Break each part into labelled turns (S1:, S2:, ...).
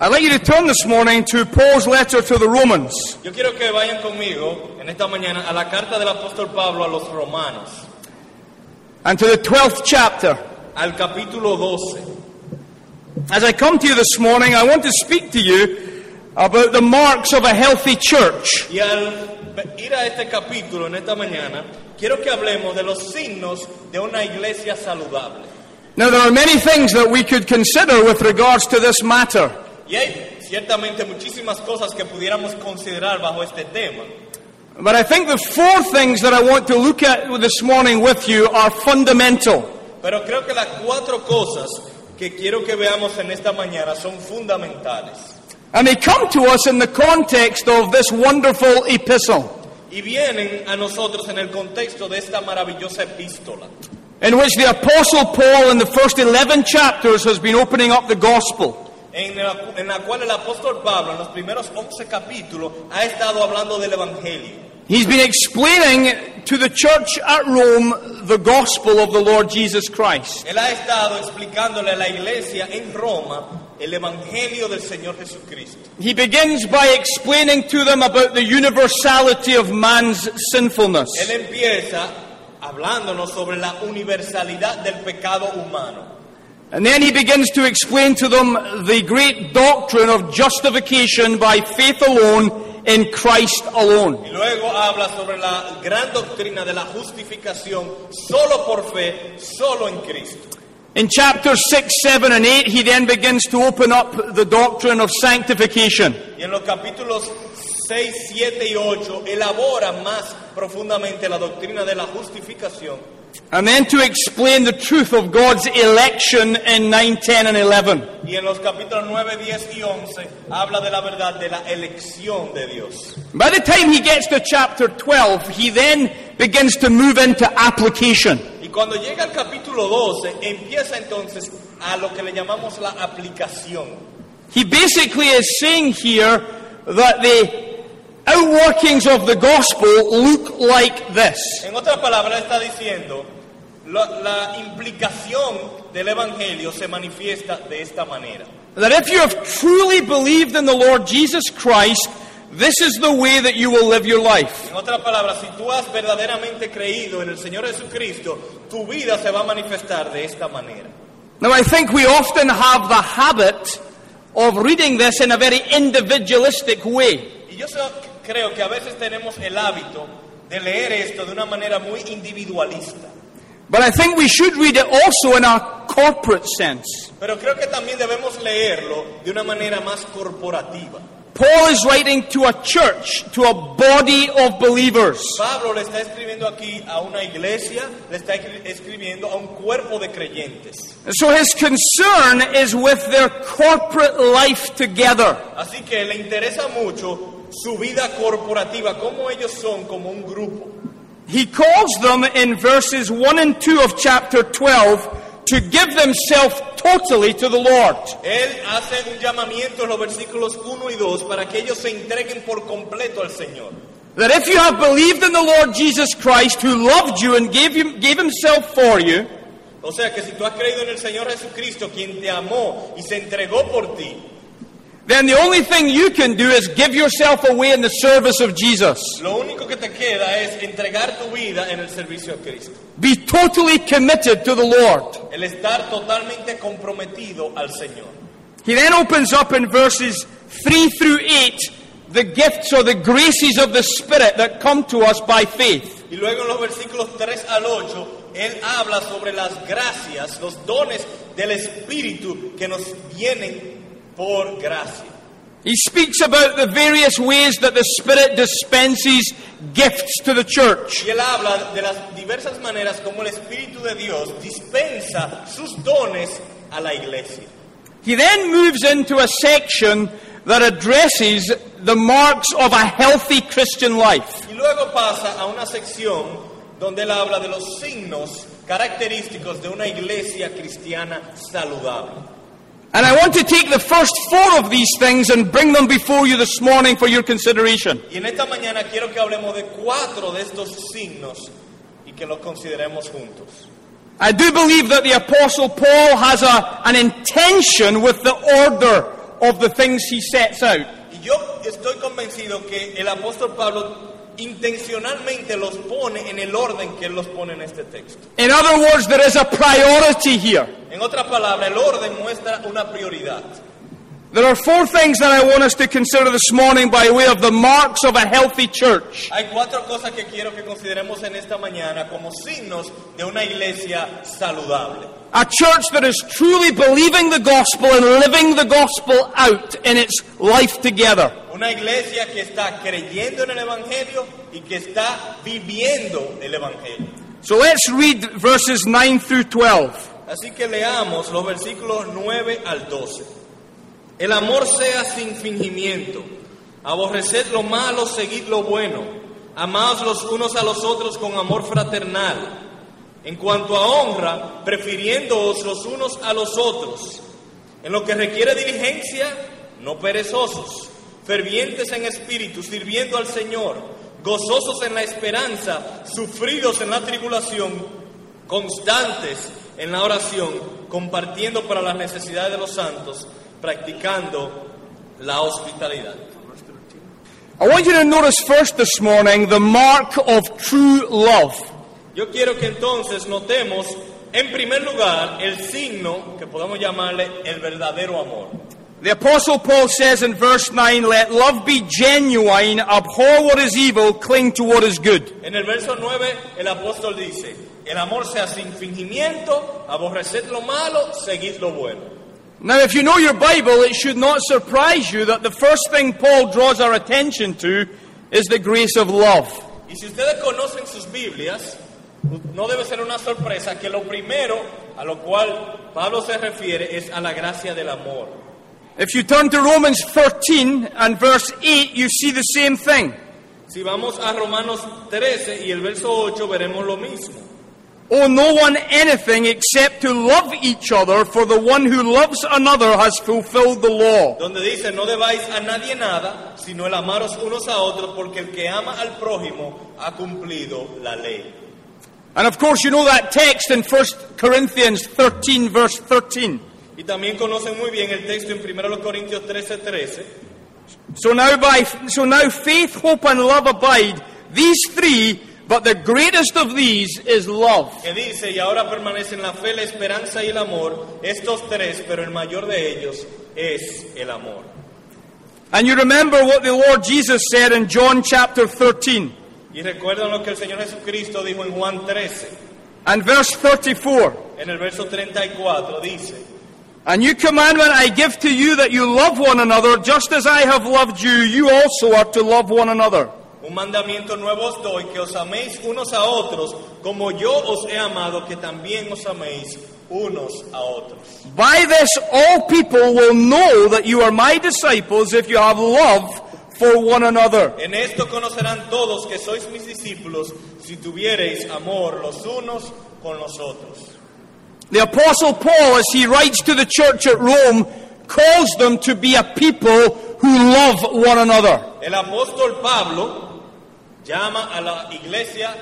S1: I'd like you to turn this morning to Paul's letter to the Romans.
S2: Yo quiero que vayan conmigo en esta mañana a la carta del apóstol Pablo a los romanos,
S1: and to the 12th chapter.
S2: al capítulo 12.
S1: As I come to you this morning, I want to speak to you about the marks of a healthy church.
S2: Y al ve- ir a este capítulo en esta mañana, quiero que hablemos de los signos de una iglesia saludable.
S1: Now, there are many things that we could consider with regards to this matter.
S2: Y hay ciertamente muchísimas cosas que pudiéramos considerar bajo este tema.
S1: But I think the four things that I want to look at this morning with you are fundamental.
S2: Pero creo que las cuatro cosas que quiero que veamos en esta mañana son fundamentales.
S1: And they come to us in the context of this wonderful epistle,
S2: Y vienen a nosotros en el contexto de esta maravillosa epístola,
S1: in which the Apostle Paul, in the first 11 chapters, has been opening up the gospel.
S2: en la, en la cual el apóstol Pablo en los primeros 11 capítulos ha estado hablando del Evangelio.
S1: He's been explaining to the church at Rome the gospel of the Lord Jesus Christ.
S2: Él ha estado explicándole a la iglesia en Roma el Evangelio del Señor Jesucristo.
S1: He begins by explaining to them about the universality of man's sinfulness.
S2: Él empieza hablándonos sobre la universalidad del pecado humano.
S1: And then he begins to explain to them the great doctrine of justification by faith alone in Christ alone.
S2: Y luego habla sobre la gran doctrina de la justificación solo por fe, solo en Cristo.
S1: In chapters 6, 7, and 8, he then begins to open up the doctrine of sanctification.
S2: Y en los capítulos 6, 7 y 8 elabora más profundamente la doctrina de la justificación
S1: And then to explain the truth of God's election in 9, 10, and 11.
S2: y en los capítulos 9, 10 y 11 habla de la verdad de la elección de Dios.
S1: By the time he gets to chapter 12, he then begins to move into application.
S2: Y cuando llega al capítulo 12 empieza entonces a lo que le llamamos la aplicación.
S1: He basically is saying here that the outworkings of the gospel look like this.
S2: En otras palabras está diciendo la, la implicación del evangelio se manifiesta de esta manera.
S1: That if you have truly believed in the Lord Jesus Christ, this is the way that you will live your life.
S2: En otras palabras, si tú has verdaderamente creído en el Señor Jesucristo, tu vida se va a manifestar de esta manera.
S1: Now, I think we often have the habit of reading this in a very individualistic way.
S2: Y yo so- creo que a veces tenemos el hábito de leer esto de una manera muy individualista,
S1: But I think we should read it also in a corporate sense.
S2: pero creo que también debemos leerlo de una manera más corporativa.
S1: Paul is writing to a church, to a body of believers.
S2: Pablo le está escribiendo aquí a una iglesia, le está escri- escribiendo a un cuerpo de creyentes.
S1: So his concern is with their corporate life together.
S2: Así que le interesa mucho su vida corporativa, cómo ellos son como un grupo.
S1: He calls them in verses 1 and 2 of chapter 12 to give themselves totally to the Lord.
S2: Él hace un llamamiento en los versículos 1 y 2 para que ellos se entreguen por completo al Señor.
S1: That if you have believed in the Lord Jesus Christ, who loved you and gave, him, gave himself for you,
S2: O sea que si tú has creído en el Señor Jesucristo, quien te amó y se entregó por ti,
S1: then the only thing you can do is give yourself away in the service of Jesus.
S2: lo único que te queda es entregar tu vida en el servicio a Cristo.
S1: Be totally committed to the Lord.
S2: El estar totalmente comprometido al Señor.
S1: He then opens up in verses 3 through 8 the gifts or the graces of the Spirit that come to us by faith.
S2: Y luego en los versículos 3 al 8, Él habla sobre las gracias, los dones del Espíritu que nos vienen por gracia.
S1: He speaks about the various ways that the Spirit dispenses gifts to the church.
S2: Y él habla de las diversas maneras como el Espíritu de Dios dispensa sus dones a la iglesia.
S1: He then moves into a section that addresses the marks of a healthy Christian life.
S2: Y luego pasa a una sección donde él habla de los signos característicos de una iglesia cristiana saludable.
S1: And I want to take the first four of these things and bring them before you this morning for your consideration.
S2: Y en esta mañana quiero que hablemos de cuatro de estos signos y que los consideremos juntos.
S1: I do believe that the Apostle Paul has a, an intention with the order of the things he sets out.
S2: Y yo estoy convencido que el apóstol Pablo intencionalmente los pone en el orden que él los pone en este texto.
S1: In other words, there is a priority here.
S2: En otras palabras, el orden muestra una prioridad.
S1: There are four things that I want us to consider this morning by way of the marks of a healthy church.
S2: Hay cuatro cosas que quiero que consideremos en esta mañana como signos de una iglesia saludable.
S1: A church that is truly believing the gospel and living the gospel out in its life together.
S2: Una iglesia que está creyendo en el Evangelio y que está viviendo el Evangelio.
S1: So let's read verses 9 through 12.
S2: Así que leamos los versículos 9 al 12. El amor sea sin fingimiento. Aborreced lo malo, seguid lo bueno. Amaos los unos a los otros con amor fraternal. En cuanto a honra, prefiriéndoos los unos a los otros. En lo que requiere diligencia, no perezosos, fervientes en espíritu, sirviendo al Señor, gozosos en la esperanza, sufridos en la tribulación, constantes en la oración, compartiendo para las necesidades de los santos, practicando la hospitalidad.
S1: I want you to notice first this morning the mark of true love.
S2: Yo quiero que entonces notemos, en primer lugar, el signo que podemos llamarle el verdadero amor.
S1: The Apostle Paul says in verse 9, Let love be genuine, abhor what is evil, cling to what is good.
S2: En el verso 9 el apóstol dice, el amor sea sin fingimiento, aborreced lo malo, seguid lo bueno.
S1: Now, if you know your Bible, it should not surprise you that the first thing Paul draws our attention to is the grace of love.
S2: Y si ustedes conocen sus Biblias, no debe ser una sorpresa que lo primero a lo cual Pablo se refiere es a la gracia del amor.
S1: If you turn to Romans 13 and verse 8, you see the same thing.
S2: Si vamos a Romanos 13 y el verso 8 veremos lo mismo.
S1: Owe "Oh, no one anything except to love each other, for the one who loves another has fulfilled the law.
S2: donde dice, no debáis a nadie nada, sino el amaros unos a otros, porque el que ama al prójimo ha cumplido la ley.
S1: And of course, you know that text in 1 Corinthians 13, verse 13.
S2: Y también conocen muy bien el texto en 1 Corintios 13:13.
S1: So now, by, so now faith, hope, and love abide, these three, but the greatest of these is love.
S2: que dice, y ahora permanecen la fe, la esperanza y el amor, estos tres, pero el mayor de ellos es el amor.
S1: And you remember what the Lord Jesus said in John chapter 13
S2: Y recuerdan lo que el Señor Jesucristo dijo en Juan 13,
S1: and verse 34.
S2: en el verso 34, dice,
S1: A new commandment I give to you that you love one another, just as I have loved you, you also are to love one another.
S2: Un mandamiento nuevo os doy, que os améis unos a otros, como yo os he amado, que también os améis unos a otros.
S1: By this all people will know that you are my disciples if you have love for one another.
S2: En esto conocerán todos que sois mis discípulos, si tuviereis amor los unos con los otros.
S1: The Apostle Paul, as he writes to the church at Rome, calls them to be a people who love one another.
S2: El apóstol Pablo llama a la iglesia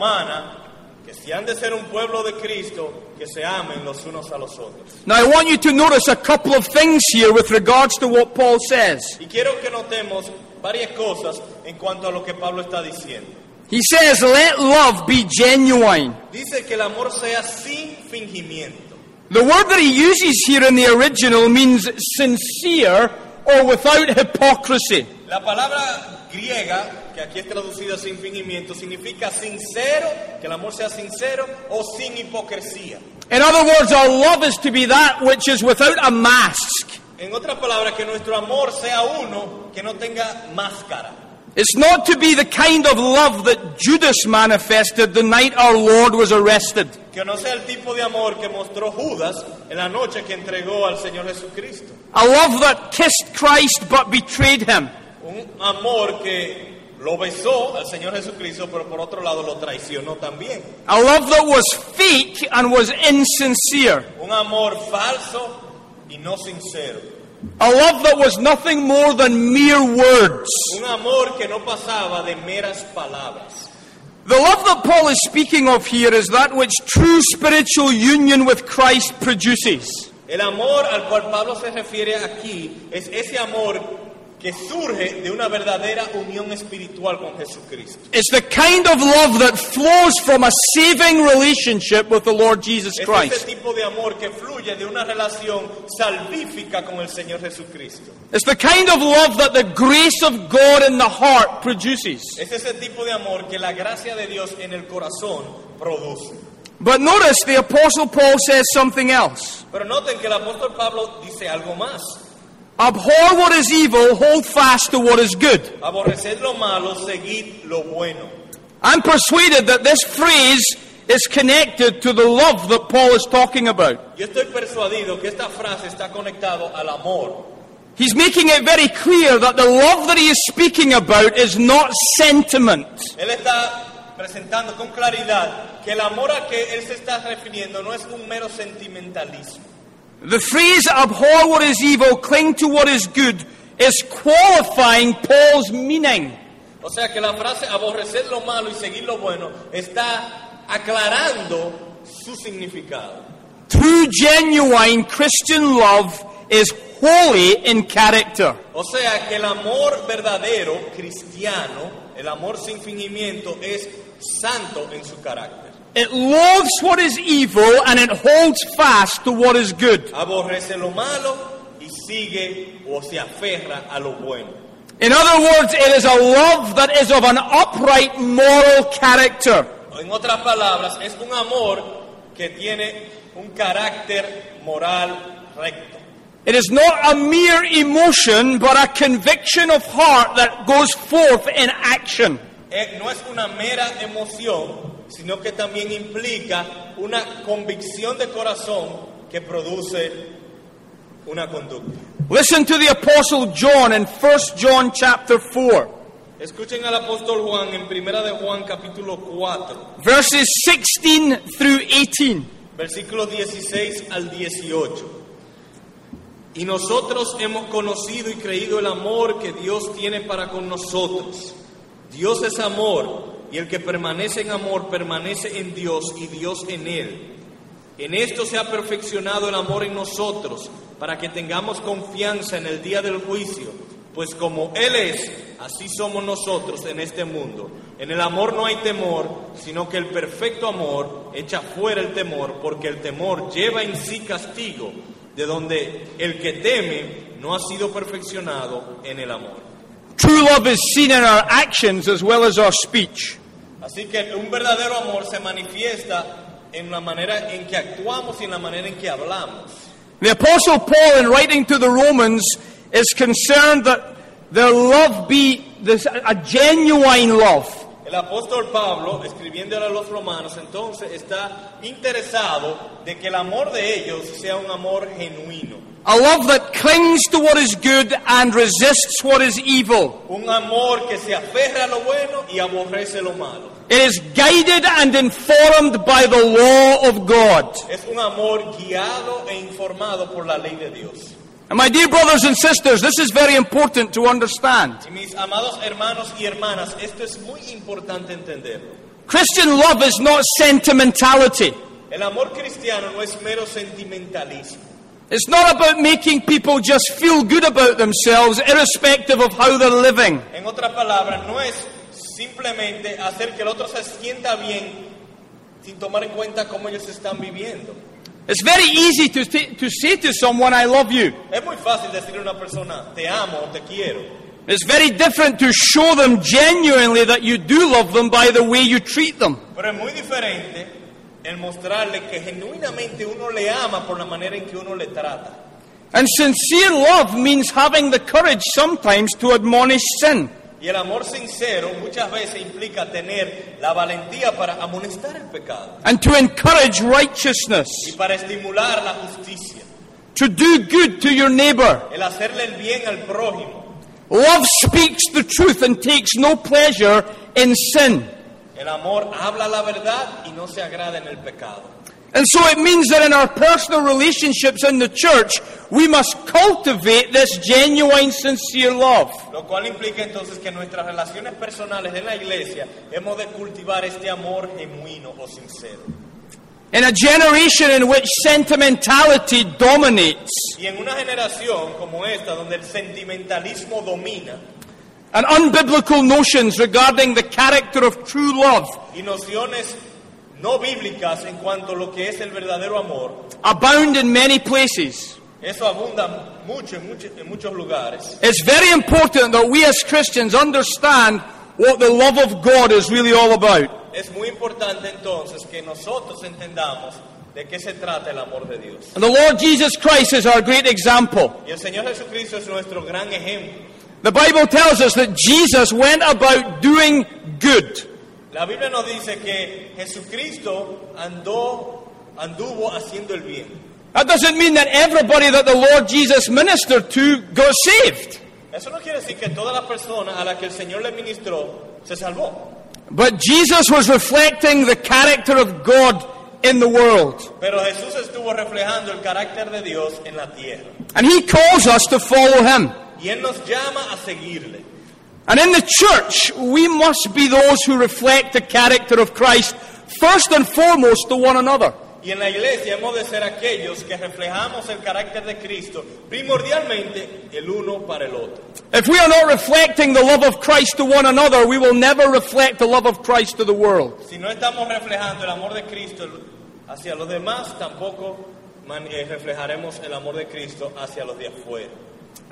S2: romana que si han de ser un pueblo de Cristo, que se amen los unos a los otros.
S1: Now I want you to notice a couple of things here with regards to what Paul says.
S2: Y quiero que notemos varias cosas en cuanto a lo que Pablo está diciendo.
S1: He says, let love be genuine.
S2: Dice que el amor sea sin fingimiento.
S1: The word that he uses here in the original means sincere or without hypocrisy.
S2: La palabra griega, que aquí es traducida sin fingimiento, significa sincero, que el amor sea sincero o sin hipocresía.
S1: In other words, our love is to be that which is without a mask.
S2: En otras palabras, que nuestro amor sea uno que no tenga máscara.
S1: It's not to be the kind of love that Judas manifested the night our Lord was arrested.
S2: Que no sea el tipo de amor que mostró Judas en la noche que entregó al Señor Jesucristo.
S1: A love that kissed Christ but betrayed him.
S2: Un amor que lo besó al Señor Jesucristo, pero por otro lado lo traicionó también.
S1: A love that was fake and was insincere.
S2: Un amor falso y no sincero.
S1: A love that was nothing more than mere words.
S2: Un amor que no pasaba de meras palabras.
S1: The love that Paul is speaking of here is that which true spiritual union with Christ produces.
S2: El amor al cual Pablo se refiere aquí es ese amor que surge de una verdadera unión espiritual con Jesucristo.
S1: It's the kind of love that flows from a saving relationship with the Lord Jesus
S2: Es ese
S1: Christ.
S2: tipo de amor que fluye de una relación salvífica con el Señor Jesucristo.
S1: It's the kind of love that the grace of God in the heart produces.
S2: Es ese tipo de amor que la gracia de Dios en el corazón produce.
S1: But notice the Apostle Paul says something else.
S2: Pero noten que el apóstol Pablo dice algo más.
S1: Abhor what is evil, hold fast to what is good.
S2: Aborreced lo malo, seguid lo bueno.
S1: I'm persuaded that this phrase is connected to the love that Paul is talking about.
S2: Yo estoy persuadido que esta frase está conectado al amor.
S1: He's making it very clear that the love that he is speaking about is not sentiment.
S2: Él está presentando con claridad que el amor a que él se está refiriendo no es un mero sentimentalismo.
S1: The phrase abhor what is evil, cling to what is good is qualifying Paul's meaning.
S2: O sea que la frase aborrecer lo malo y seguir lo bueno está aclarando su significado.
S1: True, genuine Christian love is holy in character.
S2: O sea que el amor verdadero cristiano, el amor sin fingimiento, es santo en su carácter.
S1: It loathes what is evil and it holds fast to what is good.
S2: Aborrece lo malo y sigue o se aferra a lo bueno.
S1: In other words, it is a love that is of an upright moral character.
S2: En otras palabras, es un amor que tiene un carácter moral recto.
S1: It is not a mere emotion, but a conviction of heart that goes forth in action.
S2: Eh, No es una mera emoción, sino que también implica una convicción de corazón que produce una conducta.
S1: Listen to the Apostle John in 1 John chapter 4,
S2: Escuchen al apóstol Juan en Primera de Juan capítulo 4,
S1: verses 16 through 18.
S2: versículos 16 al 18. Y nosotros hemos conocido y creído el amor que Dios tiene para con nosotros. Dios es amor, y el que permanece en amor permanece en Dios y Dios en él. En esto se ha perfeccionado el amor en nosotros, para que tengamos confianza en el día del juicio, pues como Él es, así somos nosotros en este mundo. En el amor no hay temor, sino que el perfecto amor echa fuera el temor, porque el temor lleva en sí castigo, de donde el que teme no ha sido perfeccionado en el amor.
S1: True love is seen in our actions as well as our speech.
S2: Así que un verdadero amor se manifiesta en la manera en que actuamos y en la manera en que hablamos.
S1: The Apostle Paul, in writing to the Romans, is concerned that their love be this, a genuine love.
S2: El apóstol Pablo, escribiéndole a los romanos, entonces está interesado de que el amor de ellos sea un amor genuino,
S1: A love that clings to what is good and resists what is evil.
S2: un amor que se aferra a lo bueno y aborrece lo malo.
S1: It is guided and informed by the law of God.
S2: Es un amor guiado e informado por la ley de Dios.
S1: And my dear brothers and sisters, this is very important to understand.
S2: Y mis amados hermanos y hermanas, esto es muy importante entenderlo.
S1: Christian love is not sentimentality.
S2: El amor cristiano no es mero sentimentalismo.
S1: It's not about making people just feel good about themselves, irrespective of how they're living.
S2: En otras palabras, no es simplemente hacer que el otro se sienta bien sin tomar en cuenta cómo ellos están viviendo.
S1: It's very easy to, t- to say to someone, I love you.
S2: Es muy fácil decirle a una persona, te amo o te quiero,
S1: It's very different to show them genuinely that you do love them by the way you treat them.
S2: pero es muy diferente el mostrarle que genuinamente uno le ama por la manera en que uno le trata.
S1: And sincere love means having the courage sometimes to admonish sin.
S2: Y el amor sincero muchas veces implica tener la valentía para amonestar el pecado
S1: And to encourage righteousness,
S2: y para estimular la justicia,
S1: to do good to your neighbor.
S2: el hacerle el bien al prójimo.
S1: Love speaks the truth and takes no pleasure in sin.
S2: El amor habla la verdad y no se agrada en el pecado.
S1: And so it means that in our personal relationships in the church, we must cultivate this genuine, sincere love.
S2: Lo cual implica entonces que en nuestras relaciones personales en la iglesia hemos de cultivar este amor genuino o sincero.
S1: In a generation in which sentimentality dominates,
S2: Y en una generación como esta, donde el sentimentalismo domina
S1: and unbiblical notions regarding the character of true love
S2: y nociones no bíblicas en cuanto a lo que es el verdadero amor,
S1: abound in many places,
S2: eso abunda mucho en, mucho- en muchos lugares.
S1: it's very important that we as Christians understand what the love of God is really all about.
S2: Es muy importante entonces que nosotros entendamos de qué se trata el amor de Dios.
S1: And the Lord Jesus Christ is our great example.
S2: Y el Señor Jesucristo es nuestro gran ejemplo.
S1: The Bible tells us that Jesus went about doing good.
S2: La Biblia nos dice que Jesucristo andó, anduvo haciendo el bien.
S1: That doesn't mean that everybody that the Lord Jesus ministered to got saved.
S2: Eso no quiere decir que toda la persona a la que el Señor le ministró se salvó.
S1: But Jesus was reflecting the character of God in the world.
S2: Pero Jesús estuvo reflejando el carácter de Dios en la tierra.
S1: And he calls us to follow him.
S2: Y Él nos llama a seguirle.
S1: And in the church, we must be those who reflect the character of Christ first and foremost to one another.
S2: Y en la iglesia hemos de ser aquellos que reflejamos el carácter de Cristo, primordialmente el uno para el otro.
S1: If we are not reflecting the love of Christ to one another, we will never reflect the love of Christ to the world.
S2: Si no estamos reflejando el amor de Cristo hacia los demás, tampoco man- eh, reflejaremos el amor de Cristo hacia los de afuera.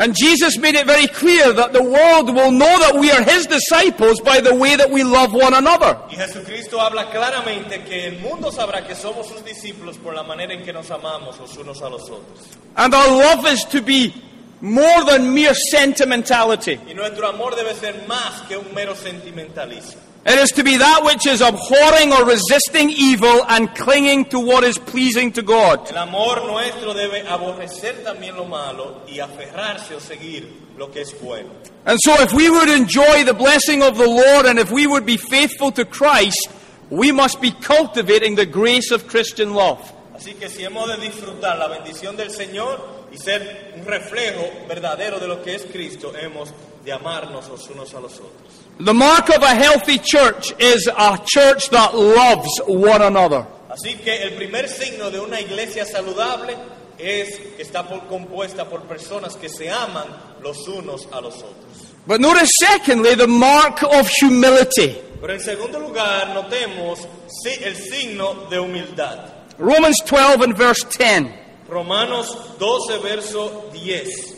S1: And Jesus made it very clear that the world will know that we are his disciples by the way that we love one another.
S2: Y Jesucristo habla claramente que el mundo sabrá que somos sus discípulos por la manera en que nos amamos los unos a los otros.
S1: And our love is to be more than mere sentimentality.
S2: Y nuestro amor debe ser más que un mero sentimentalismo.
S1: It is to be that which is abhorring or resisting evil and clinging to what is pleasing to God.
S2: El amor nuestro debe aborrecer también lo malo y aferrarse o seguir lo que es bueno.
S1: And so, if we would enjoy the blessing of the Lord and if we would be faithful to Christ, we must be cultivating the grace of Christian love.
S2: Así que si hemos de disfrutar la bendición del Señor y ser un reflejo verdadero de lo que es Cristo, hemos de amarnos los unos a los otros.
S1: The mark of a healthy church is a church that loves one another.
S2: Así que el primer signo de una iglesia saludable es que está por- compuesta por personas que se aman los unos a los otros.
S1: But notice, secondly, the mark of humility.
S2: Pero en segundo lugar, notemos sí, el signo de humildad.
S1: Romans 12 and verse 10.
S2: Romanos 12, verso 10.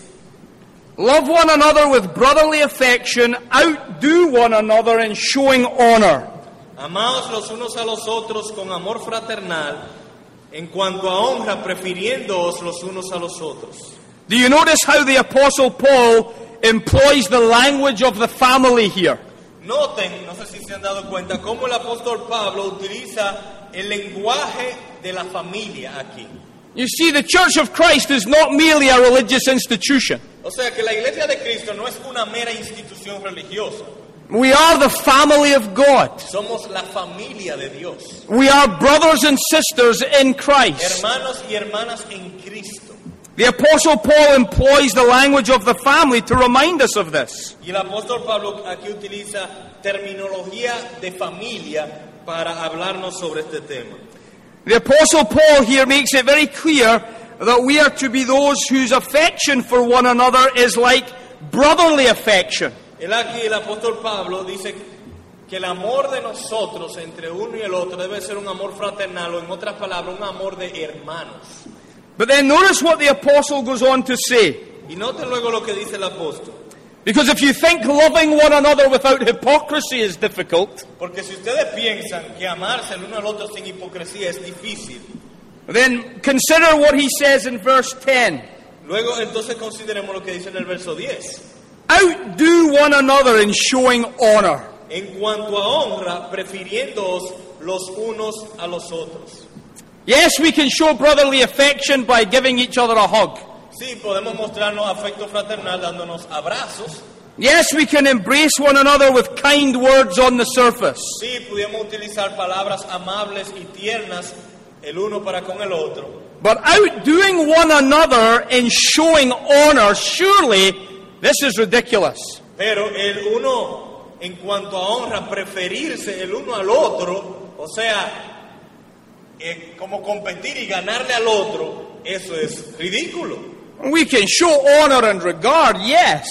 S1: Love one another with brotherly affection, outdo one another in showing honor.
S2: Amaos los unos a los otros con amor fraternal, en cuanto a honra, prefiriéndoos los unos a los otros.
S1: Do you notice how the Apostle Paul employs the language of the family here?
S2: Noten, no sé si se han dado cuenta, cómo el apóstol Pablo utiliza el lenguaje de la familia aquí.
S1: You see, the Church of Christ is not merely a religious institution.
S2: O sea que la iglesia de Cristo no es una mera institución religiosa,
S1: We are the family of God.
S2: somos la familia de Dios,
S1: We are brothers and sisters in Christ.
S2: hermanos y hermanas en Cristo.
S1: The Apostle Paul employs the language of the family to remind us of this.
S2: Y el apóstol Pablo aquí utiliza terminología de familia para hablarnos sobre este tema.
S1: The Apostle Paul here makes it very clear that we are to be those whose affection for one another is like brotherly affection.
S2: Él aquí, el apóstol Pablo, dice que el amor de nosotros entre uno y el otro debe ser un amor fraternal o en otras palabras, un amor de hermanos.
S1: But then notice what the Apostle goes on to say.
S2: Y note luego lo que dice el apóstol.
S1: Because if you think loving one another without hypocrisy is difficult,
S2: Porque si ustedes piensan que amarse el uno al otro sin hipocresía es difícil,
S1: then consider what he says in verse 10.
S2: luego entonces consideremos lo que dice en el verso 10.
S1: Outdo one another in showing honor.
S2: En cuanto a honra, prefiriéndoos los unos a los otros.
S1: Yes, we can show brotherly affection by giving each other a hug.
S2: Sí, podemos mostrarnos afecto fraternal dándonos abrazos.
S1: Yes, we can embrace one another with kind words on the surface.
S2: Sí, pudiéramos utilizar palabras amables y tiernas el uno para con el otro.
S1: But outdoing one another in showing honor, surely this is ridiculous.
S2: Pero el uno, en cuanto a honra, preferirse el uno al otro, o sea, eh, como competir y ganarle al otro, eso es ridículo.
S1: We can show honor and regard, yes.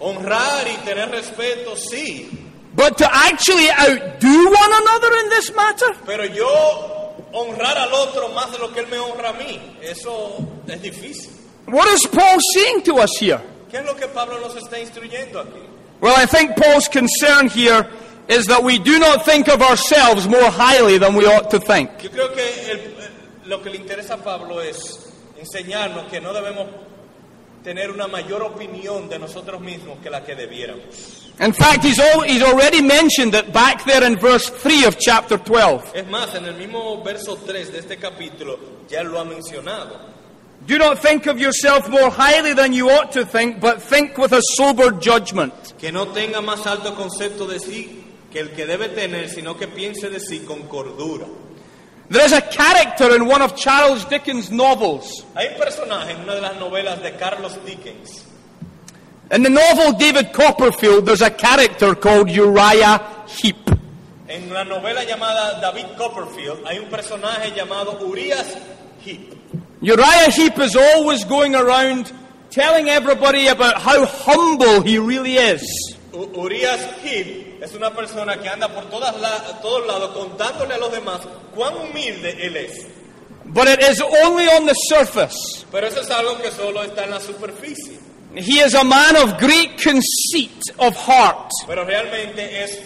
S2: Honrar y tener respeto, sí,
S1: But to actually outdo one another in this matter?
S2: pero yo honrar al otro más de lo que él me honra a mí, eso es difícil.
S1: What is Paul saying to us here?
S2: ¿Qué es lo que Pablo nos está instruyendo aquí?
S1: Well, I think Paul's concern here is that we do not think of ourselves more highly than we ought to think.
S2: Yo creo que el- eh, lo que le interesa a Pablo es enseñarnos que no debemos tener una mayor opinión de nosotros mismos que la que debiéramos.
S1: In fact, he's, al- he's already mentioned it back there in verse 3 of chapter 12.
S2: Es más, en el mismo verso 3 de este capítulo ya lo ha mencionado.
S1: Do not think of yourself more highly than you ought to think, but think with a sober judgment.
S2: Que no tenga más alto concepto de sí que el que debe tener, sino que piense de sí con cordura.
S1: There is a character in one of Charles Dickens' novels.
S2: Hay un personaje en una de las novelas de Carlos Dickens.
S1: In the novel David Copperfield, there's a character called Uriah Heep.
S2: En la novela llamada David Copperfield hay un personaje llamado Urias Heep.
S1: Uriah Heep is always going around telling everybody about how humble he really is.
S2: U- Urias Heep es una persona que anda por todas la- todos lados contándole a los demás cuán humilde él es.
S1: But it is only on the surface.
S2: Pero eso es algo que solo está en la superficie.
S1: He is a man of great conceit of heart
S2: Pero realmente es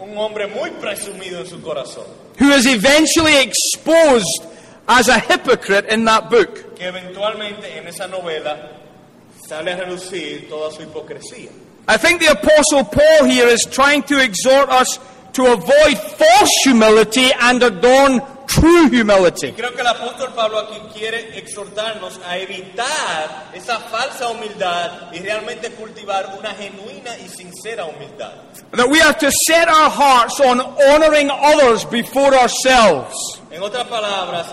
S2: un hombre muy presumido en su corazón,
S1: who is eventually exposed as a hypocrite in that book.
S2: que eventualmente en esa novela sale a relucir toda su hipocresía.
S1: I think the Apostle Paul here is trying to exhort us to avoid false humility and adorn true humility.
S2: Creo que el apóstol Pablo aquí quiere exhortarnos a evitar esa falsa humildad y realmente cultivar una genuina y sincera humildad.
S1: That we are to set our hearts on honouring others before ourselves.
S2: En otras palabras,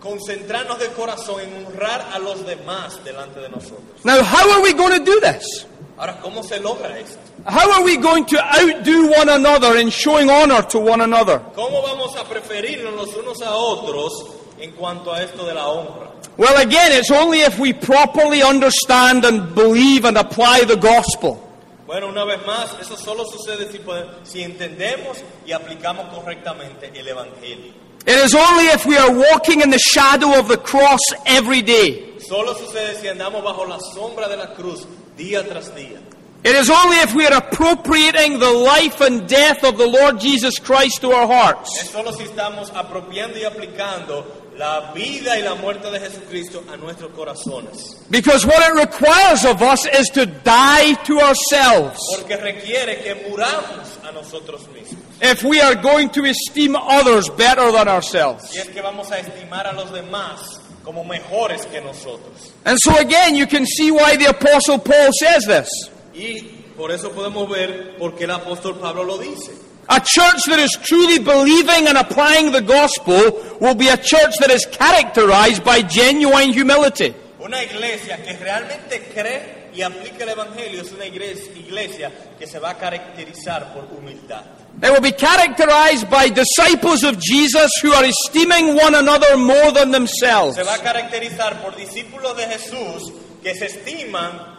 S2: concentrarnos de corazón en honrar a los demás delante de nosotros.
S1: Now, how are we going to do this?
S2: Ahora, ¿cómo se logra esto?
S1: How are we going to outdo one another in showing honour to one another?
S2: ¿Cómo vamos a preferirnos los unos a otros en cuanto a esto de la honra?
S1: Well, again, it's only if we properly understand and believe and apply the gospel.
S2: Bueno, una vez más, eso solo sucede si, pode- si entendemos y aplicamos correctamente el Evangelio.
S1: It is only if we are walking in the shadow of the cross every day.
S2: Solo sucede si andamos bajo la sombra de la cruz día tras día.
S1: It is only if we are appropriating the life and death of the Lord Jesus Christ to our hearts
S2: Es solo si estamos apropiando y aplicando la vida y la muerte de Jesucristo a nuestros corazones.
S1: because what it requires of us is to die to ourselves
S2: Porque requiere que muramos a nosotros mismos.
S1: if we are going to esteem others better than
S2: Y
S1: ourselves.
S2: es que vamos a estimar a los demás como mejores que nosotros.
S1: And so again, you can see why the Apostle Paul says this.
S2: Y por eso podemos ver por qué el apóstol Pablo lo dice.
S1: A church that is truly believing and applying the gospel will be a church that is characterized by genuine humility.
S2: Una iglesia que realmente cree y aplica el Evangelio es una iglesia, iglesia que se va a caracterizar por humildad.
S1: They will be characterized by disciples of Jesus who are esteeming one another more than themselves.
S2: Se va a caracterizar por discípulos de Jesús que se estiman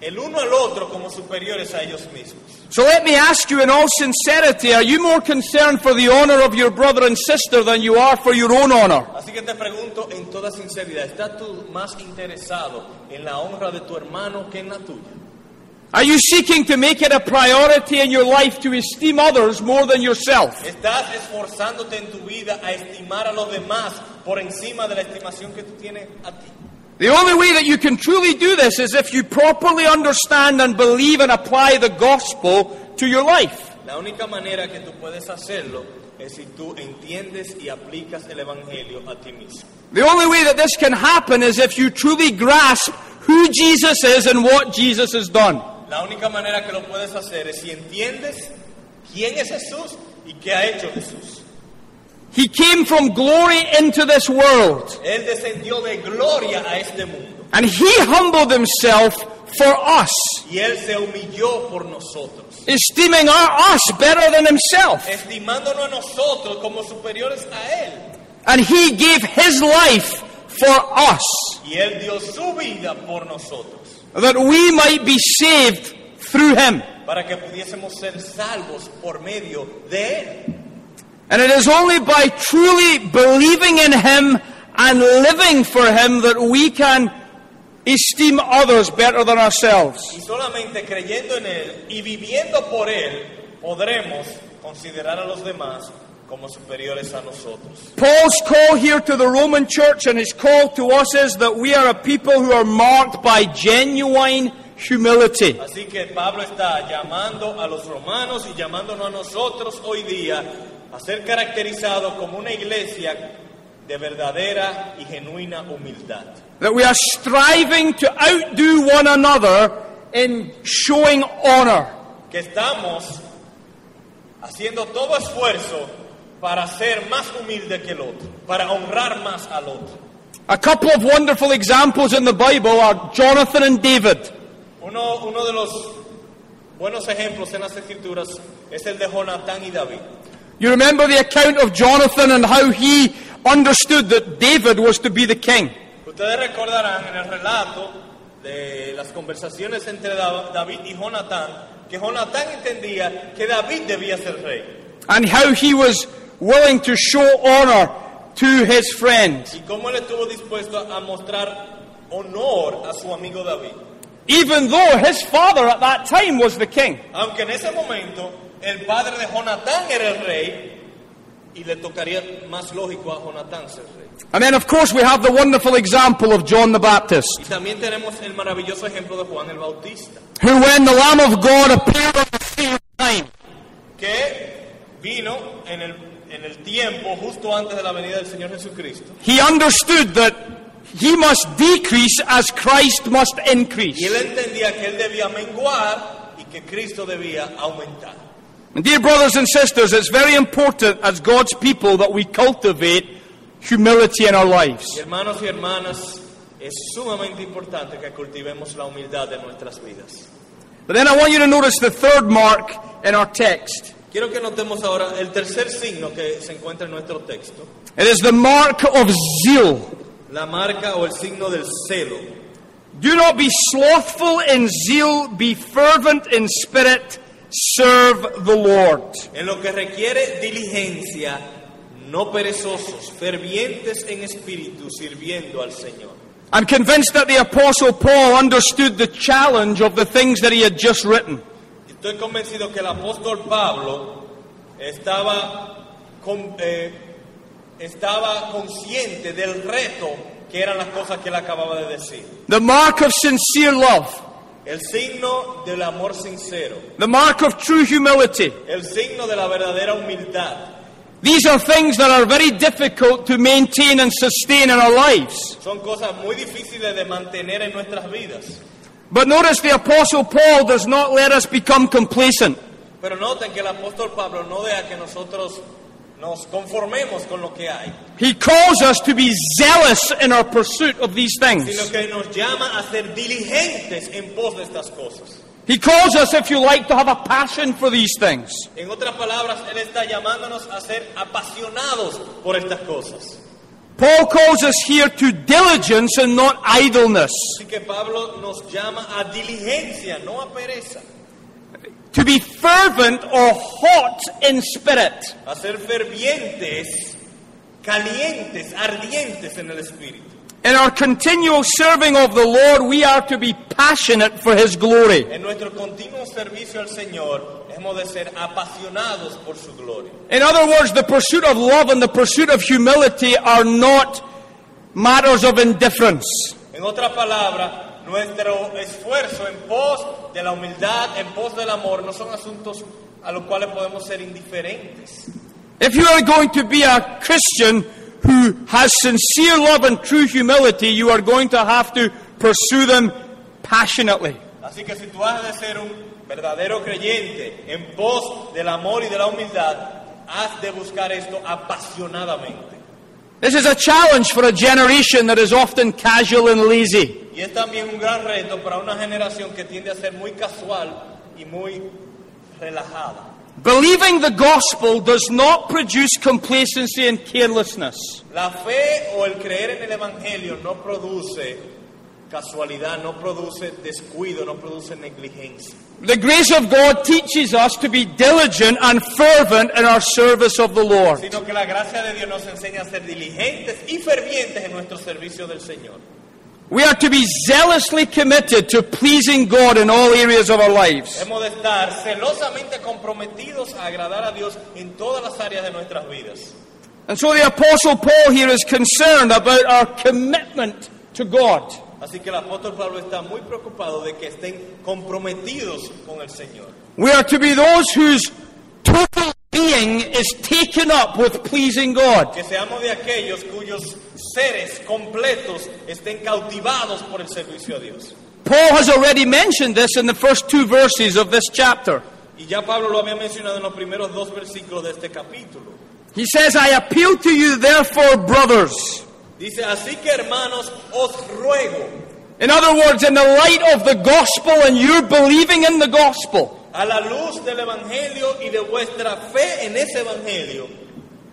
S2: el uno al otro como superiores a ellos mismos.
S1: So let me ask you in all sincerity, are you more concerned for the honor of your brother and sister than you are for your own honor?
S2: Así que te pregunto en toda sinceridad, ¿estás tú más interesado en la honra de tu hermano que en la tuya?
S1: Are you seeking to make it a priority in your life to esteem others more than yourself?
S2: ¿Estás esforzándote en tu vida a estimar a los demás por encima de la estimación que tú tienes a ti?
S1: The only way that you can truly do this is if you properly understand and believe and apply the gospel to your life.
S2: La única manera que tú puedes hacerlo es si tú entiendes y aplicas el Evangelio a ti mismo.
S1: The only way that this can happen is if you truly grasp who Jesus is and what Jesus has done.
S2: La única manera que lo puedes hacer es si entiendes quién es Jesús y qué ha hecho Jesús.
S1: He came from glory into this world,
S2: Él descendió de gloria a este mundo
S1: and he humbled himself for us,
S2: y Él se humilló por nosotros.
S1: esteeming our us better than himself.
S2: estimándonos a nosotros como superiores a Él.
S1: And he gave his life for us,
S2: Y Él dio su vida por nosotros,
S1: that we might be saved through him.
S2: para que pudiésemos ser salvos por medio de Él.
S1: And it is only by truly believing in him and living for him that we can esteem others better than ourselves.
S2: Y solamente creyendo en Él y viviendo por Él, podremos considerar a los demás como superiores a nosotros.
S1: Paul's call here to the Roman church and his call to us is that we are a people who are marked by genuine humility.
S2: Así que Pablo está llamando a los romanos y llamándonos a nosotros hoy día a ser caracterizados como una iglesia de verdadera y genuina humildad.
S1: That we are striving to outdo one another in showing honor.
S2: que estamos haciendo todo esfuerzo para ser más humilde que el otro, para honrar más al otro.
S1: A couple of wonderful examples in the Bible are Jonathan and David.
S2: Uno, uno de los buenos ejemplos en las escrituras es el de Jonatán y David.
S1: You remember the account of Jonathan and how he understood that David was to be the king.
S2: Ustedes recordarán en el relato de las conversaciones entre Da- David y Jonatán que Jonatán entendía que David debía ser rey
S1: And how he was willing to show honor to his friend,
S2: y cómo él estuvo dispuesto a mostrar honor a su amigo David.
S1: even though his father at that time was the king.
S2: Aunque en ese momento el padre de Jonatán era el rey y le tocaría más lógico a Jonatán ser rey.
S1: And then, of course, we have the wonderful example of John the Baptist,
S2: Y también tenemos el maravilloso ejemplo de Juan el Bautista,
S1: who, when the Lamb of God appeared on the sea of time,
S2: que vino en el, en el tiempo justo antes de la venida del Señor Jesucristo.
S1: he understood that he must decrease as Christ must
S2: Y
S1: increase.
S2: él entendía que él debía menguar y que Cristo debía aumentar.
S1: And dear brothers and sisters, it's very important as God's people that we cultivate humility in our
S2: Y
S1: lives.
S2: hermanos y hermanas, es sumamente importante que cultivemos la humildad de nuestras vidas.
S1: But then I want you to notice the third mark in our text.
S2: Quiero que notemos ahora el tercer signo que se encuentra en nuestro texto.
S1: It is the mark of zeal.
S2: La marca o el signo del celo.
S1: Do not be slothful in zeal, be fervent in spirit, serve the Lord.
S2: En lo que requiere diligencia, no perezosos, fervientes en espíritu, sirviendo al Señor.
S1: I'm convinced that the Apostle Paul understood the challenge of the things that he had just written.
S2: Estoy convencido que el apóstol Pablo estaba, con- eh, estaba consciente del reto que eran las cosas que él acababa de decir.
S1: The mark of sincere love,
S2: El signo del amor sincero,
S1: the mark of true humility.
S2: el signo de la verdadera humildad,
S1: These are things that are very difficult to maintain and sustain in our lives.
S2: son cosas muy difíciles de mantener en nuestras vidas.
S1: But notice the Apostle Paul does not let us become complacent.
S2: Pero noten que el apóstol Pablo no deja que nosotros nos conformemos con lo que hay,
S1: He calls us to be zealous in our pursuit of these
S2: sino
S1: things.
S2: que nos llama a ser diligentes en pos de estas cosas.
S1: He calls us, if you like, to have a passion for these things.
S2: En otras palabras, Él está llamándonos a ser apasionados por estas cosas.
S1: Paul calls us here to diligence and not idleness,
S2: Así que Pablo nos llama a diligencia, no a pereza,
S1: to be fervent or hot in spirit.
S2: a ser fervientes, calientes, ardientes en el Espíritu.
S1: In our continual serving of the Lord, we are to be passionate for His glory.
S2: En nuestro continuo servicio al Señor, hemos de ser apasionados por su gloria.
S1: In other words, the pursuit of love and the pursuit of humility are not matters of indifference.
S2: En otras palabras, nuestro esfuerzo en pos de la humildad, en pos del amor, no son asuntos a los cuales podemos ser indiferentes.
S1: If you are going to be a Christian who has sincere love and true humility, you are going to have to pursue them passionately.
S2: Así que si tú has de ser un verdadero creyente en pos del amor y de la humildad, has de buscar esto apasionadamente.
S1: This is a challenge for a generation that is often casual and lazy.
S2: Y es también un gran reto para una generación que tiende a ser muy casual y muy relajada.
S1: Believing the gospel does not produce complacency and carelessness.
S2: La fe o el creer en el Evangelio no produce casualidad, no produce descuido, no produce negligencia.
S1: The grace of God teaches us to be diligent and fervent in our service of the Lord.
S2: Sino que la gracia de Dios nos enseña a ser diligentes y fervientes en nuestro servicio del Señor.
S1: We are to be zealously committed to pleasing God in all areas of our lives.
S2: Hemos de estar celosamente comprometidos a agradar a Dios en todas las áreas de nuestras vidas.
S1: And so the Apostle Paul here is concerned about our commitment to God.
S2: Así que el apóstol Pablo está muy preocupado de que estén comprometidos con el Señor.
S1: We are to be those whose total being is taken up with pleasing God.
S2: Que seamos de aquellos cuyos seres completos estén cautivados por el servicio a Dios.
S1: Paul has already mentioned this in the first two verses of this chapter.
S2: Y ya Pablo lo había mencionado en los primeros dos versículos de este capítulo.
S1: He says, I appeal to you, therefore, brothers.
S2: Dice, así que hermanos, os ruego,
S1: In other words, in the light of the gospel and your believing in the gospel,
S2: a la luz del Evangelio y de vuestra fe en ese Evangelio,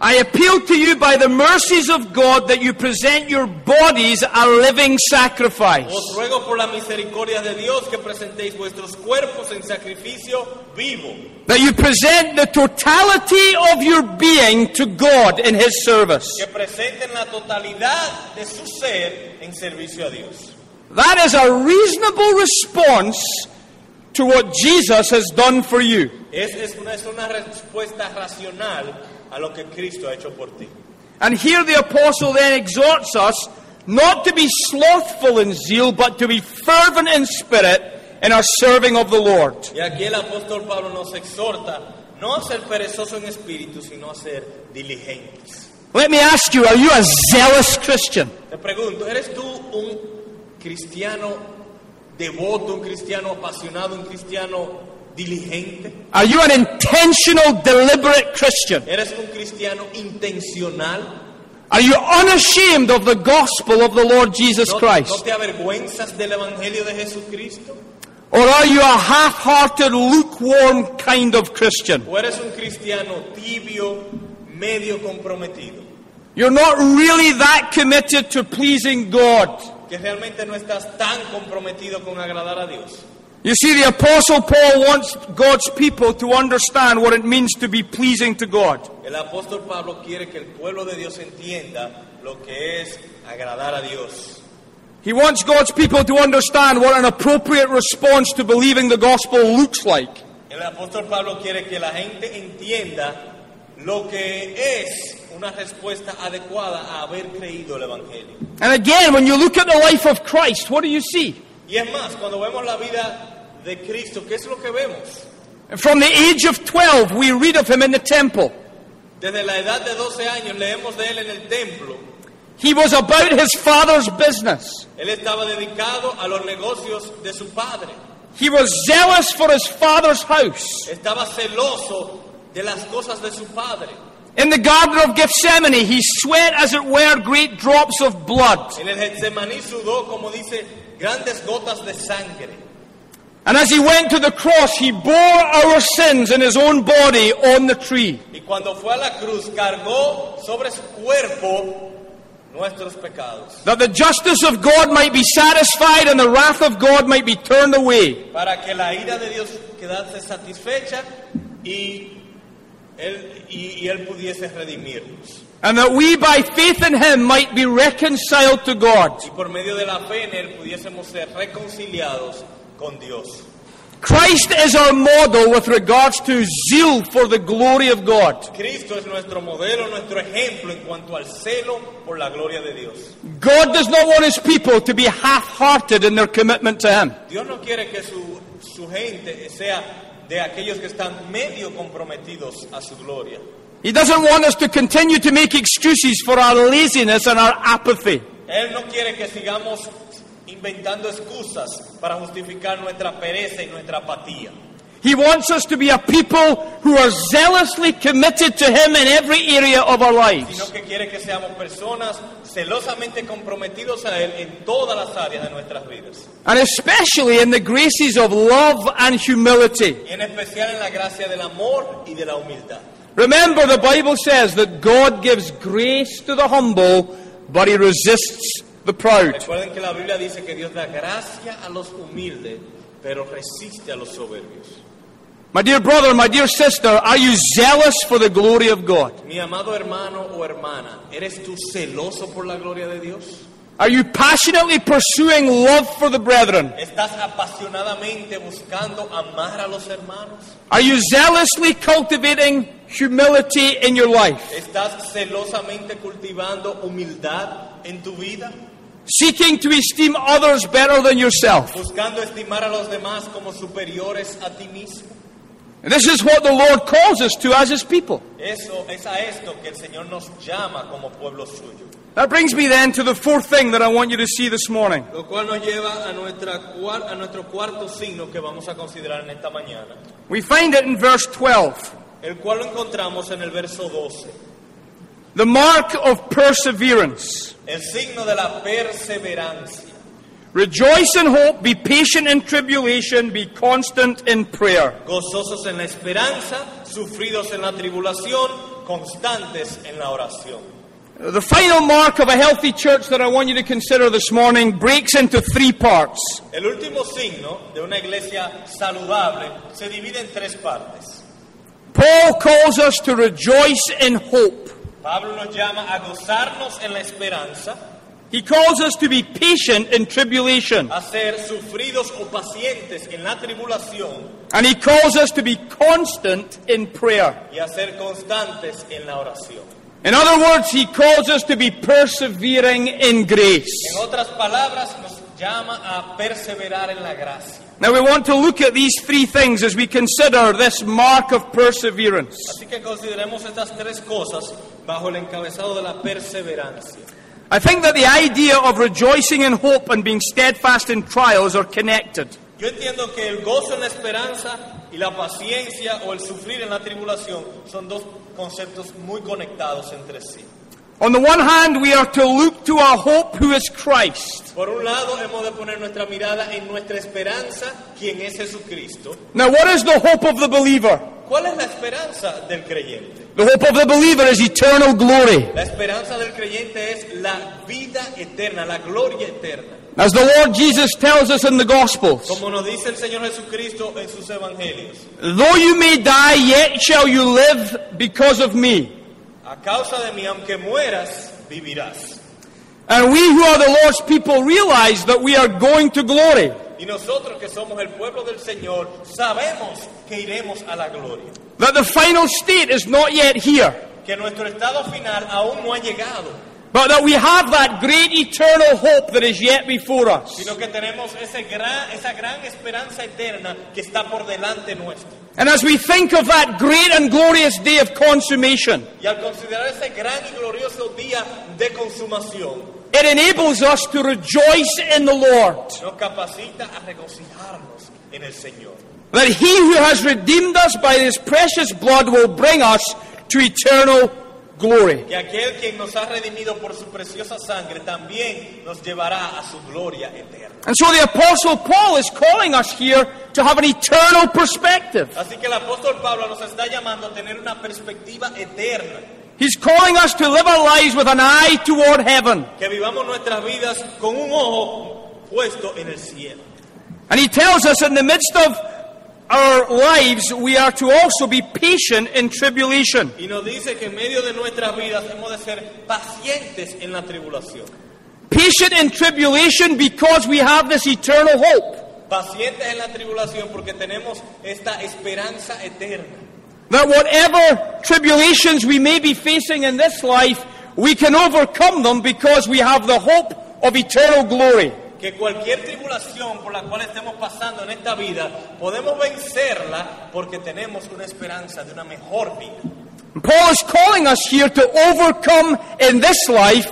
S1: I appeal to you by the mercies of God that you present your bodies a living sacrifice.
S2: os ruego por la misericordia de Dios que presentéis vuestros cuerpos en sacrificio vivo,
S1: That you present the totality of your being to God in His service.
S2: que presenten la totalidad de su ser en servicio a Dios.
S1: That is a reasonable response to what Jesus has done for you.
S2: Es, es, una, es una respuesta racional a lo que Cristo ha hecho por ti.
S1: And here the apostle then exhorts us not to be slothful in zeal, but to be fervent in spirit in our serving of the Lord.
S2: Y aquí el apóstol Pablo nos exhorta no a ser perezoso en espíritu, sino a ser diligentes.
S1: Let me ask you, are you a zealous Christian?
S2: Te pregunto, ¿eres tú un cristiano devoto, un cristiano apasionado, un cristiano diligente?
S1: Are you an intentional, deliberate Christian?
S2: ¿Eres un cristiano intencional?
S1: Are you unashamed of the gospel of the Lord Jesus
S2: ¿No, no
S1: Christ?
S2: te avergüenzas del Evangelio de Jesucristo?
S1: Or are you a half hearted, lukewarm kind of Christian?
S2: ¿O eres un cristiano tibio, medio comprometido?
S1: You're not really that committed to pleasing God.
S2: Que realmente no estás tan comprometido con agradar a Dios.
S1: You see, the Apostle Paul wants God's people to understand what it means to be pleasing to God.
S2: El apóstol Pablo quiere que el pueblo de Dios entienda lo que es agradar a Dios.
S1: He wants God's people to understand what an appropriate response to believing the gospel looks like.
S2: El apóstol Pablo quiere que la gente entienda lo que es una respuesta adecuada a haber creído el Evangelio.
S1: And again, when you look at the life of Christ, what do you see?
S2: Y es más, cuando vemos la vida de Cristo, ¿qué es lo que vemos?
S1: From the age of 12, we read of him in the temple.
S2: Desde la edad de 12 años leemos de él en el templo.
S1: He was about his father's business.
S2: Él estaba dedicado a los negocios de su padre.
S1: He was zealous for his father's house.
S2: Estaba celoso de las cosas de su padre.
S1: In the Garden of Gethsemane, he sweat, as it were, great drops of blood.
S2: En el Getsemaní sudó, como dice, grandes gotas de sangre.
S1: And as he went to the cross, he bore our sins in his own body on the tree.
S2: Y cuando fue a la cruz, cargó sobre su cuerpo nuestros pecados,
S1: That the justice of God might be satisfied and the wrath of God might be turned away.
S2: para que la ira de Dios quedase satisfecha y él, y, y él pudiese redimirnos.
S1: And that we by faith in him might be reconciled to God.
S2: Y por medio de la fe en él pudiésemos ser reconciliados con Dios.
S1: Christ is our model with regards to zeal for the glory of God.
S2: Cristo es nuestro modelo, nuestro ejemplo en cuanto al celo por la gloria de Dios.
S1: God does not want his people to be half-hearted in their commitment to him.
S2: Dios no quiere que su, su gente sea de aquellos que están medio comprometidos a su gloria.
S1: He doesn't want us to continue to make excuses for our laziness and our apathy.
S2: Él no quiere que sigamos inventando excusas para justificar nuestra pereza y nuestra apatía.
S1: He wants us to be a people who are zealously committed to Him in every area of our lives.
S2: sino que quiere que seamos personas celosamente comprometidos a Él en todas las áreas de nuestras vidas,
S1: And especially in the graces of love and humility.
S2: y en especial en la gracia del amor y de la humildad.
S1: Remember, the Bible says that God gives grace to the humble, but He resists the proud.
S2: Recuerden que la Biblia dice que Dios da gracia a los humildes, pero resiste a los soberbios.
S1: My dear brother, my dear sister, are you zealous for the glory of God?
S2: Mi amado hermano o hermana, ¿eres tú celoso por la gloria de Dios?
S1: Are you passionately pursuing love for the brethren?
S2: ¿Estás apasionadamente buscando amar a los hermanos?
S1: Are you zealously cultivating humility in your life?
S2: ¿Estás celosamente cultivando humildad en tu vida?
S1: Seeking to esteem others better than yourself?
S2: ¿Buscando estimar a los demás como superiores a ti mismo?
S1: This is what the Lord calls us to as His people.
S2: Eso es a esto que el Señor nos llama como pueblo suyo.
S1: That brings me then to the fourth thing that I want you to see this morning.
S2: Lo cual nos lleva a, nuestra, cuar- a nuestro cuarto signo que vamos a considerar en esta mañana,
S1: We find it in verse 12.
S2: el cual lo encontramos en el verso 12.
S1: The mark of perseverance.
S2: El signo de la perseverancia.
S1: Rejoice in hope, be patient in tribulation, be constant in prayer.
S2: Gozosos en la esperanza, sufridos en la tribulación, constantes en la oración.
S1: The final mark of a healthy church that I want you to consider this morning breaks into three parts.
S2: El último signo de una iglesia saludable se divide en tres partes.
S1: Paul calls us to rejoice in hope.
S2: Pablo nos llama a gozarnos en la esperanza,
S1: He calls us to be patient in tribulation.
S2: a ser sufridos o pacientes en la tribulación
S1: And he calls us to be constant in prayer.
S2: y a ser constantes en la oración.
S1: In other words, he calls us to be persevering in
S2: En
S1: grace.
S2: otras palabras, nos llama a perseverar en la gracia.
S1: Now we want to look at these three things as we consider this mark of perseverance.
S2: Así que consideremos estas tres cosas bajo el encabezado de la perseverancia.
S1: I think that the idea of rejoicing in hope and being steadfast in trials are connected.
S2: Yo entiendo que el gozo en la esperanza y la paciencia o el sufrir en la tribulación son dos conceptos muy conectados entre sí.
S1: On the one hand, we are to look to our hope who is Christ.
S2: Por un lado, hemos de poner nuestra mirada en nuestra esperanza, quien es Jesucristo.
S1: Now what is the hope of the believer?
S2: ¿Cuál es la esperanza del creyente?
S1: The hope of the believer is eternal glory.
S2: La esperanza del creyente es la vida eterna, la gloria eterna.
S1: As the Lord Jesus tells us in the Gospels,
S2: Como nos dice el Señor Jesucristo en sus evangelios,
S1: though you may die, yet shall you live because of me.
S2: a causa de mí, aunque mueras, vivirás.
S1: And we who are the Lord's people realize that we are going to glory.
S2: Y nosotros que somos el pueblo del Señor, sabemos que iremos a la gloria,
S1: That the final state is not yet here,
S2: que nuestro estado final aún no ha llegado,
S1: but that we have that great eternal hope that is yet before us.
S2: sino que tenemos ese gran, esa gran esperanza eterna que está por delante nuestro.
S1: And as we think of that great and glorious day of consummation,
S2: Y al considerar ese gran y glorioso día de consumación,
S1: it enables us to rejoice in the Lord.
S2: nos capacita a regocijarnos en el Señor.
S1: That he who has redeemed us by his precious blood will bring us to eternal glory.
S2: Que aquel quien nos ha redimido por su preciosa sangre también nos llevará a su gloria eterna.
S1: And so the Apostle Paul is calling us here to have an eternal perspective.
S2: Así que el apóstol Pablo nos está llamando a tener una perspectiva eterna,
S1: He's calling us to live our lives with an eye toward heaven.
S2: que vivamos nuestras vidas con un ojo puesto en el cielo.
S1: And he tells us in the midst of our lives, we are to also be patient in tribulation.
S2: Y nos dice que en medio de nuestras vidas hemos de ser pacientes en la tribulación,
S1: Patient in tribulation because we have this eternal hope
S2: pacientes en la tribulación porque tenemos esta esperanza eterna,
S1: that whatever tribulations we may be facing in this life, we can overcome them because we have the hope of eternal glory.
S2: que cualquier tribulación por la cual estemos pasando en esta vida, podemos vencerla porque tenemos una esperanza de una mejor vida.
S1: And Paul is calling us here to overcome in this life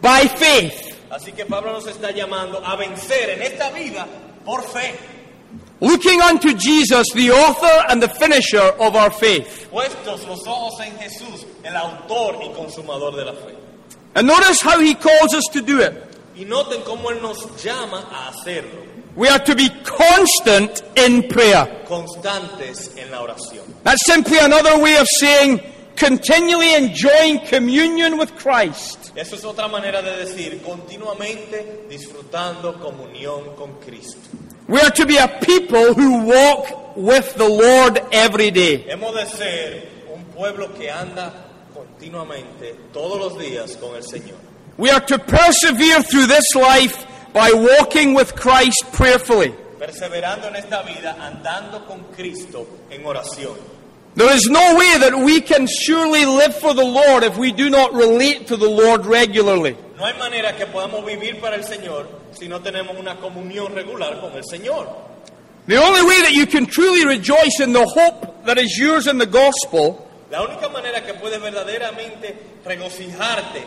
S1: by faith.
S2: Así que Pablo nos está llamando a vencer en esta vida por fe.
S1: looking unto Jesus, the author and the finisher of our faith.
S2: Puestos los ojos en Jesús, el autor y consumador de la fe.
S1: And notice how he calls us to do it.
S2: Y noten cómo Él nos llama a hacerlo,
S1: We are to be constant in prayer.
S2: constantes en la oración.
S1: That's simply another way of saying continually enjoying communion with Christ.
S2: Eso es otra manera de decir, continuamente disfrutando comunión con Cristo.
S1: We are to be a people who walk with the Lord every day.
S2: Hemos de ser un pueblo que anda continuamente, todos los días, con el Señor.
S1: We are to persevere through this life by walking with Christ prayerfully.
S2: Perseverando en esta vida, andando con Cristo en oración.
S1: There is no way that we can surely live for the Lord if we do not relate to the Lord regularly.
S2: No hay manera que podamos vivir para el Señor si no tenemos una comunión regular con el Señor.
S1: The only way that you can truly rejoice in the hope that is yours in the gospel
S2: La única manera que puedes verdaderamente regocijarte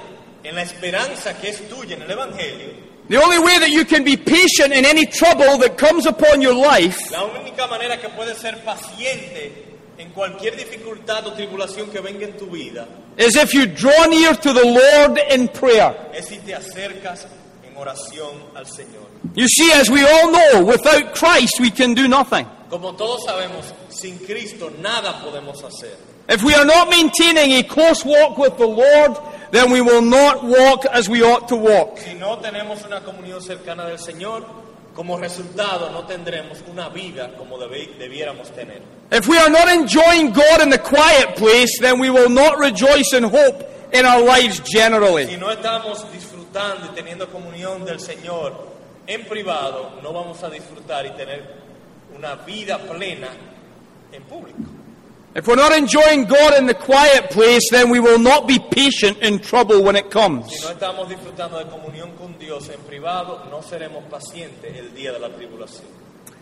S2: en la esperanza que es tuya en el Evangelio,
S1: The only way that you can be patient in any trouble that comes upon your life
S2: la única manera que puedes ser paciente en cualquier dificultad o tribulación que venga en tu vida,
S1: is if you draw near to the Lord in prayer.
S2: es si te acercas en oración al Señor.
S1: You see, as we all know, without Christ we can do nothing.
S2: Como todos sabemos, sin Cristo nada podemos hacer.
S1: If we are not maintaining a close walk with the Lord, then we will not walk as we ought to walk.
S2: Si no tenemos una comunión cercana del Señor, como resultado no tendremos una vida como debe- debiéramos tener.
S1: If we are not enjoying God in the quiet place, then we will not rejoice in hope in our lives generally.
S2: Si no estamos disfrutando y teniendo comunión del Señor en privado, no vamos a disfrutar y tener una vida plena en público.
S1: If we're not enjoying God in the quiet place, then we will not be patient in trouble when it
S2: Si
S1: comes.
S2: no estamos disfrutando de comunión con Dios en privado, no seremos pacientes el día de la tribulación.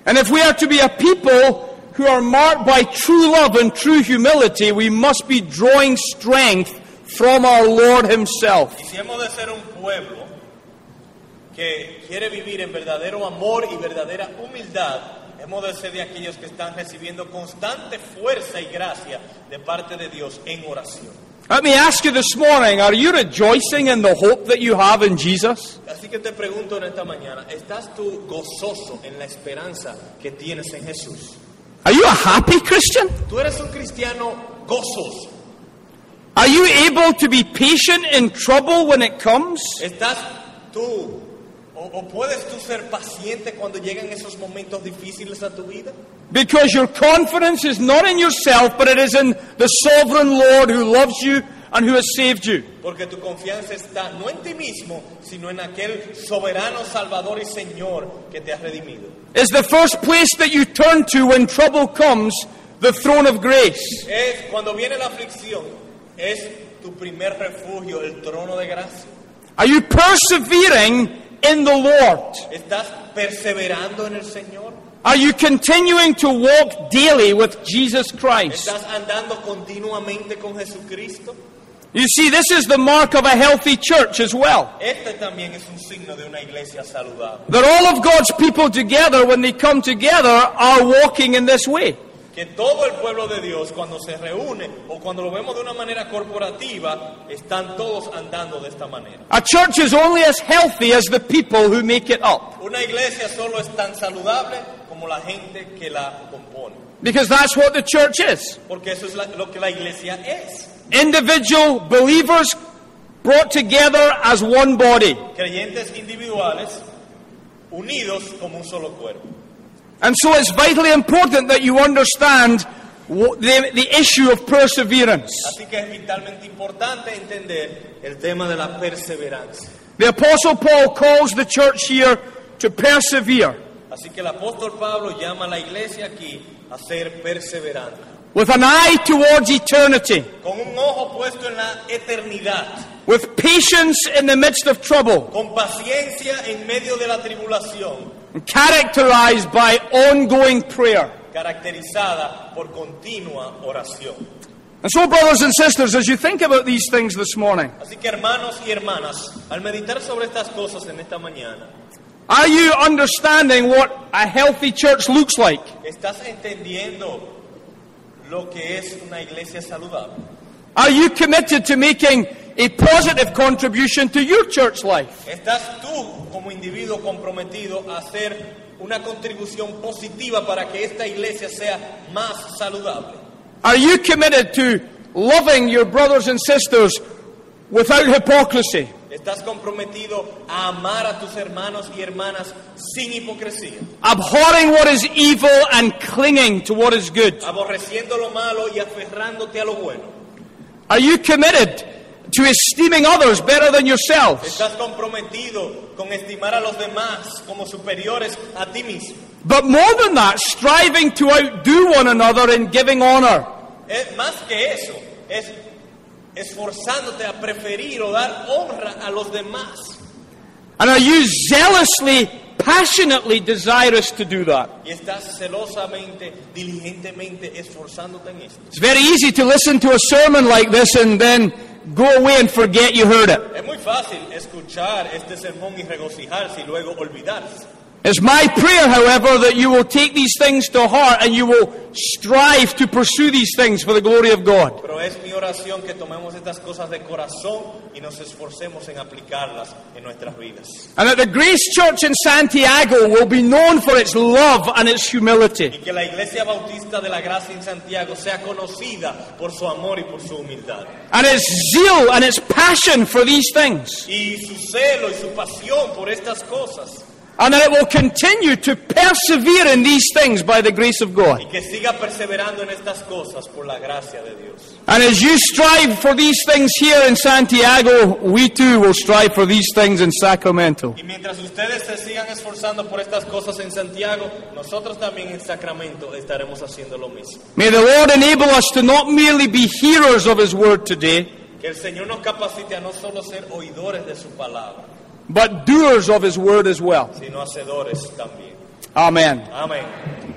S1: And if we are to be a people who are marked by true love and true humility, we must be drawing strength from our Lord Himself.
S2: Y si hemos de ser un pueblo que quiere vivir en verdadero amor y verdadera humildad, hemos de ser de aquellos que están recibiendo constante fuerza y gracia de parte de Dios en oración.
S1: Let me ask you this morning are you rejoicing in the hope that you have in Jesus?
S2: Así que te pregunto en esta mañana, ¿estás tú gozoso en la esperanza que tienes en Jesús?
S1: Are you a happy Christian?
S2: ¿Tú eres un cristiano gozoso?
S1: Are you able to be patient in trouble when it comes?
S2: ¿Estás tú o, o puedes tú ser paciente cuando llegan esos momentos difíciles a tu vida?
S1: Because your confidence is not in yourself, but it is in the sovereign Lord who loves you and who has saved you.
S2: Porque tu confianza está no en ti mismo, sino en aquel soberano Salvador y Señor que te ha redimido.
S1: Is the first place that you turn to when trouble comes the throne of grace?
S2: Es cuando viene la aflicción, es tu primer refugio, el trono de gracia.
S1: Are you persevering in the Lord?
S2: ¿Estás perseverando en el Señor?
S1: Are you continuing to walk daily with Jesus Christ?
S2: ¿Estás andando continuamente con Jesucristo?
S1: You see, this is the mark of a healthy church as well.
S2: Este también es un signo de una iglesia saludable.
S1: That all of God's people together, when they come together, are walking in this way.
S2: Que todo el pueblo de Dios cuando se reúne o cuando lo vemos de una manera corporativa, están todos andando de esta manera.
S1: A church is only as healthy as the people who make it up.
S2: Una iglesia solo es tan saludable como la gente que la compone,
S1: Because that's what the church is.
S2: porque eso es la- lo que la iglesia es.
S1: Individual believers brought together as one body.
S2: Creyentes individuales unidos como un solo cuerpo.
S1: And so it's vitally important that you understand wh- the, the issue of perseverance.
S2: Así que es vitalmente importante entender el tema de la perseverancia.
S1: The Apostle Paul calls the church here to persevere
S2: Así que el apóstol Pablo llama a la iglesia aquí a ser perseverante,
S1: with an eye towards eternity,
S2: con un ojo puesto en la eternidad,
S1: with patience in the midst of trouble,
S2: con paciencia en medio de la tribulación,
S1: and characterized by ongoing prayer.
S2: caracterizada por continua oración.
S1: And so, brothers and sisters, as you think about these things this morning,
S2: Así que hermanos y hermanas, al meditar sobre estas cosas en esta mañana,
S1: Are you understanding what a healthy church looks like?
S2: ¿Estás entendiendo lo que es una iglesia saludable?
S1: Are you committed to making a positive contribution to your church life?
S2: ¿Estás tú como individuo comprometido a hacer una contribución positiva para que esta iglesia sea más saludable?
S1: Are you committed to loving your brothers and sisters without hypocrisy?
S2: ¿Estás comprometido a amar a tus hermanos y hermanas sin hipocresía?
S1: Abhorring what is evil and clinging to what is good?
S2: Aborreciendo lo malo y aferrándote a lo bueno.
S1: Are you committed to esteeming others better than yourselves?
S2: ¿Estás comprometido con estimar a los demás como superiores a ti mismo?
S1: But more than that, striving to outdo one another in giving honor.
S2: Es más que eso, es esforzándote a preferir o dar honra a los demás.
S1: And are you zealously, passionately desirous to do that?
S2: Y estás celosamente, diligentemente esforzándote en esto.
S1: It's very easy to listen to a sermon like this and then go away and forget you heard it.
S2: Es muy fácil escuchar este sermón y regocijarse y luego olvidarse.
S1: It's my prayer, however, that you will take these things to heart and you will strive to pursue these things for the glory of God.
S2: Pero es mi oración que tomemos estas cosas de corazón y nos esforcemos en aplicarlas en nuestras vidas.
S1: And that the Grace Church in Santiago will be known for its love and its humility.
S2: Y que la Iglesia Bautista de la Gracia en Santiago sea conocida por su amor y por su humildad.
S1: And its zeal and its passion for these things.
S2: Y su celo y su pasión por estas cosas.
S1: And that it will continue to persevere in these things by the grace of God.
S2: Y que siga perseverando en estas cosas por la gracia de Dios.
S1: And as you strive for these things here in Santiago, we too will strive for these things in Sacramento.
S2: Y mientras ustedes se sigan esforzando por estas cosas en Santiago, nosotros también en Sacramento estaremos haciendo lo mismo.
S1: May the Lord enable us to not merely be hearers of His word today,
S2: Que el Señor nos capacite a no solo ser oidores de su palabra,
S1: but doers of His word as well.
S2: sino hacedores también.
S1: Amen.
S2: Amén.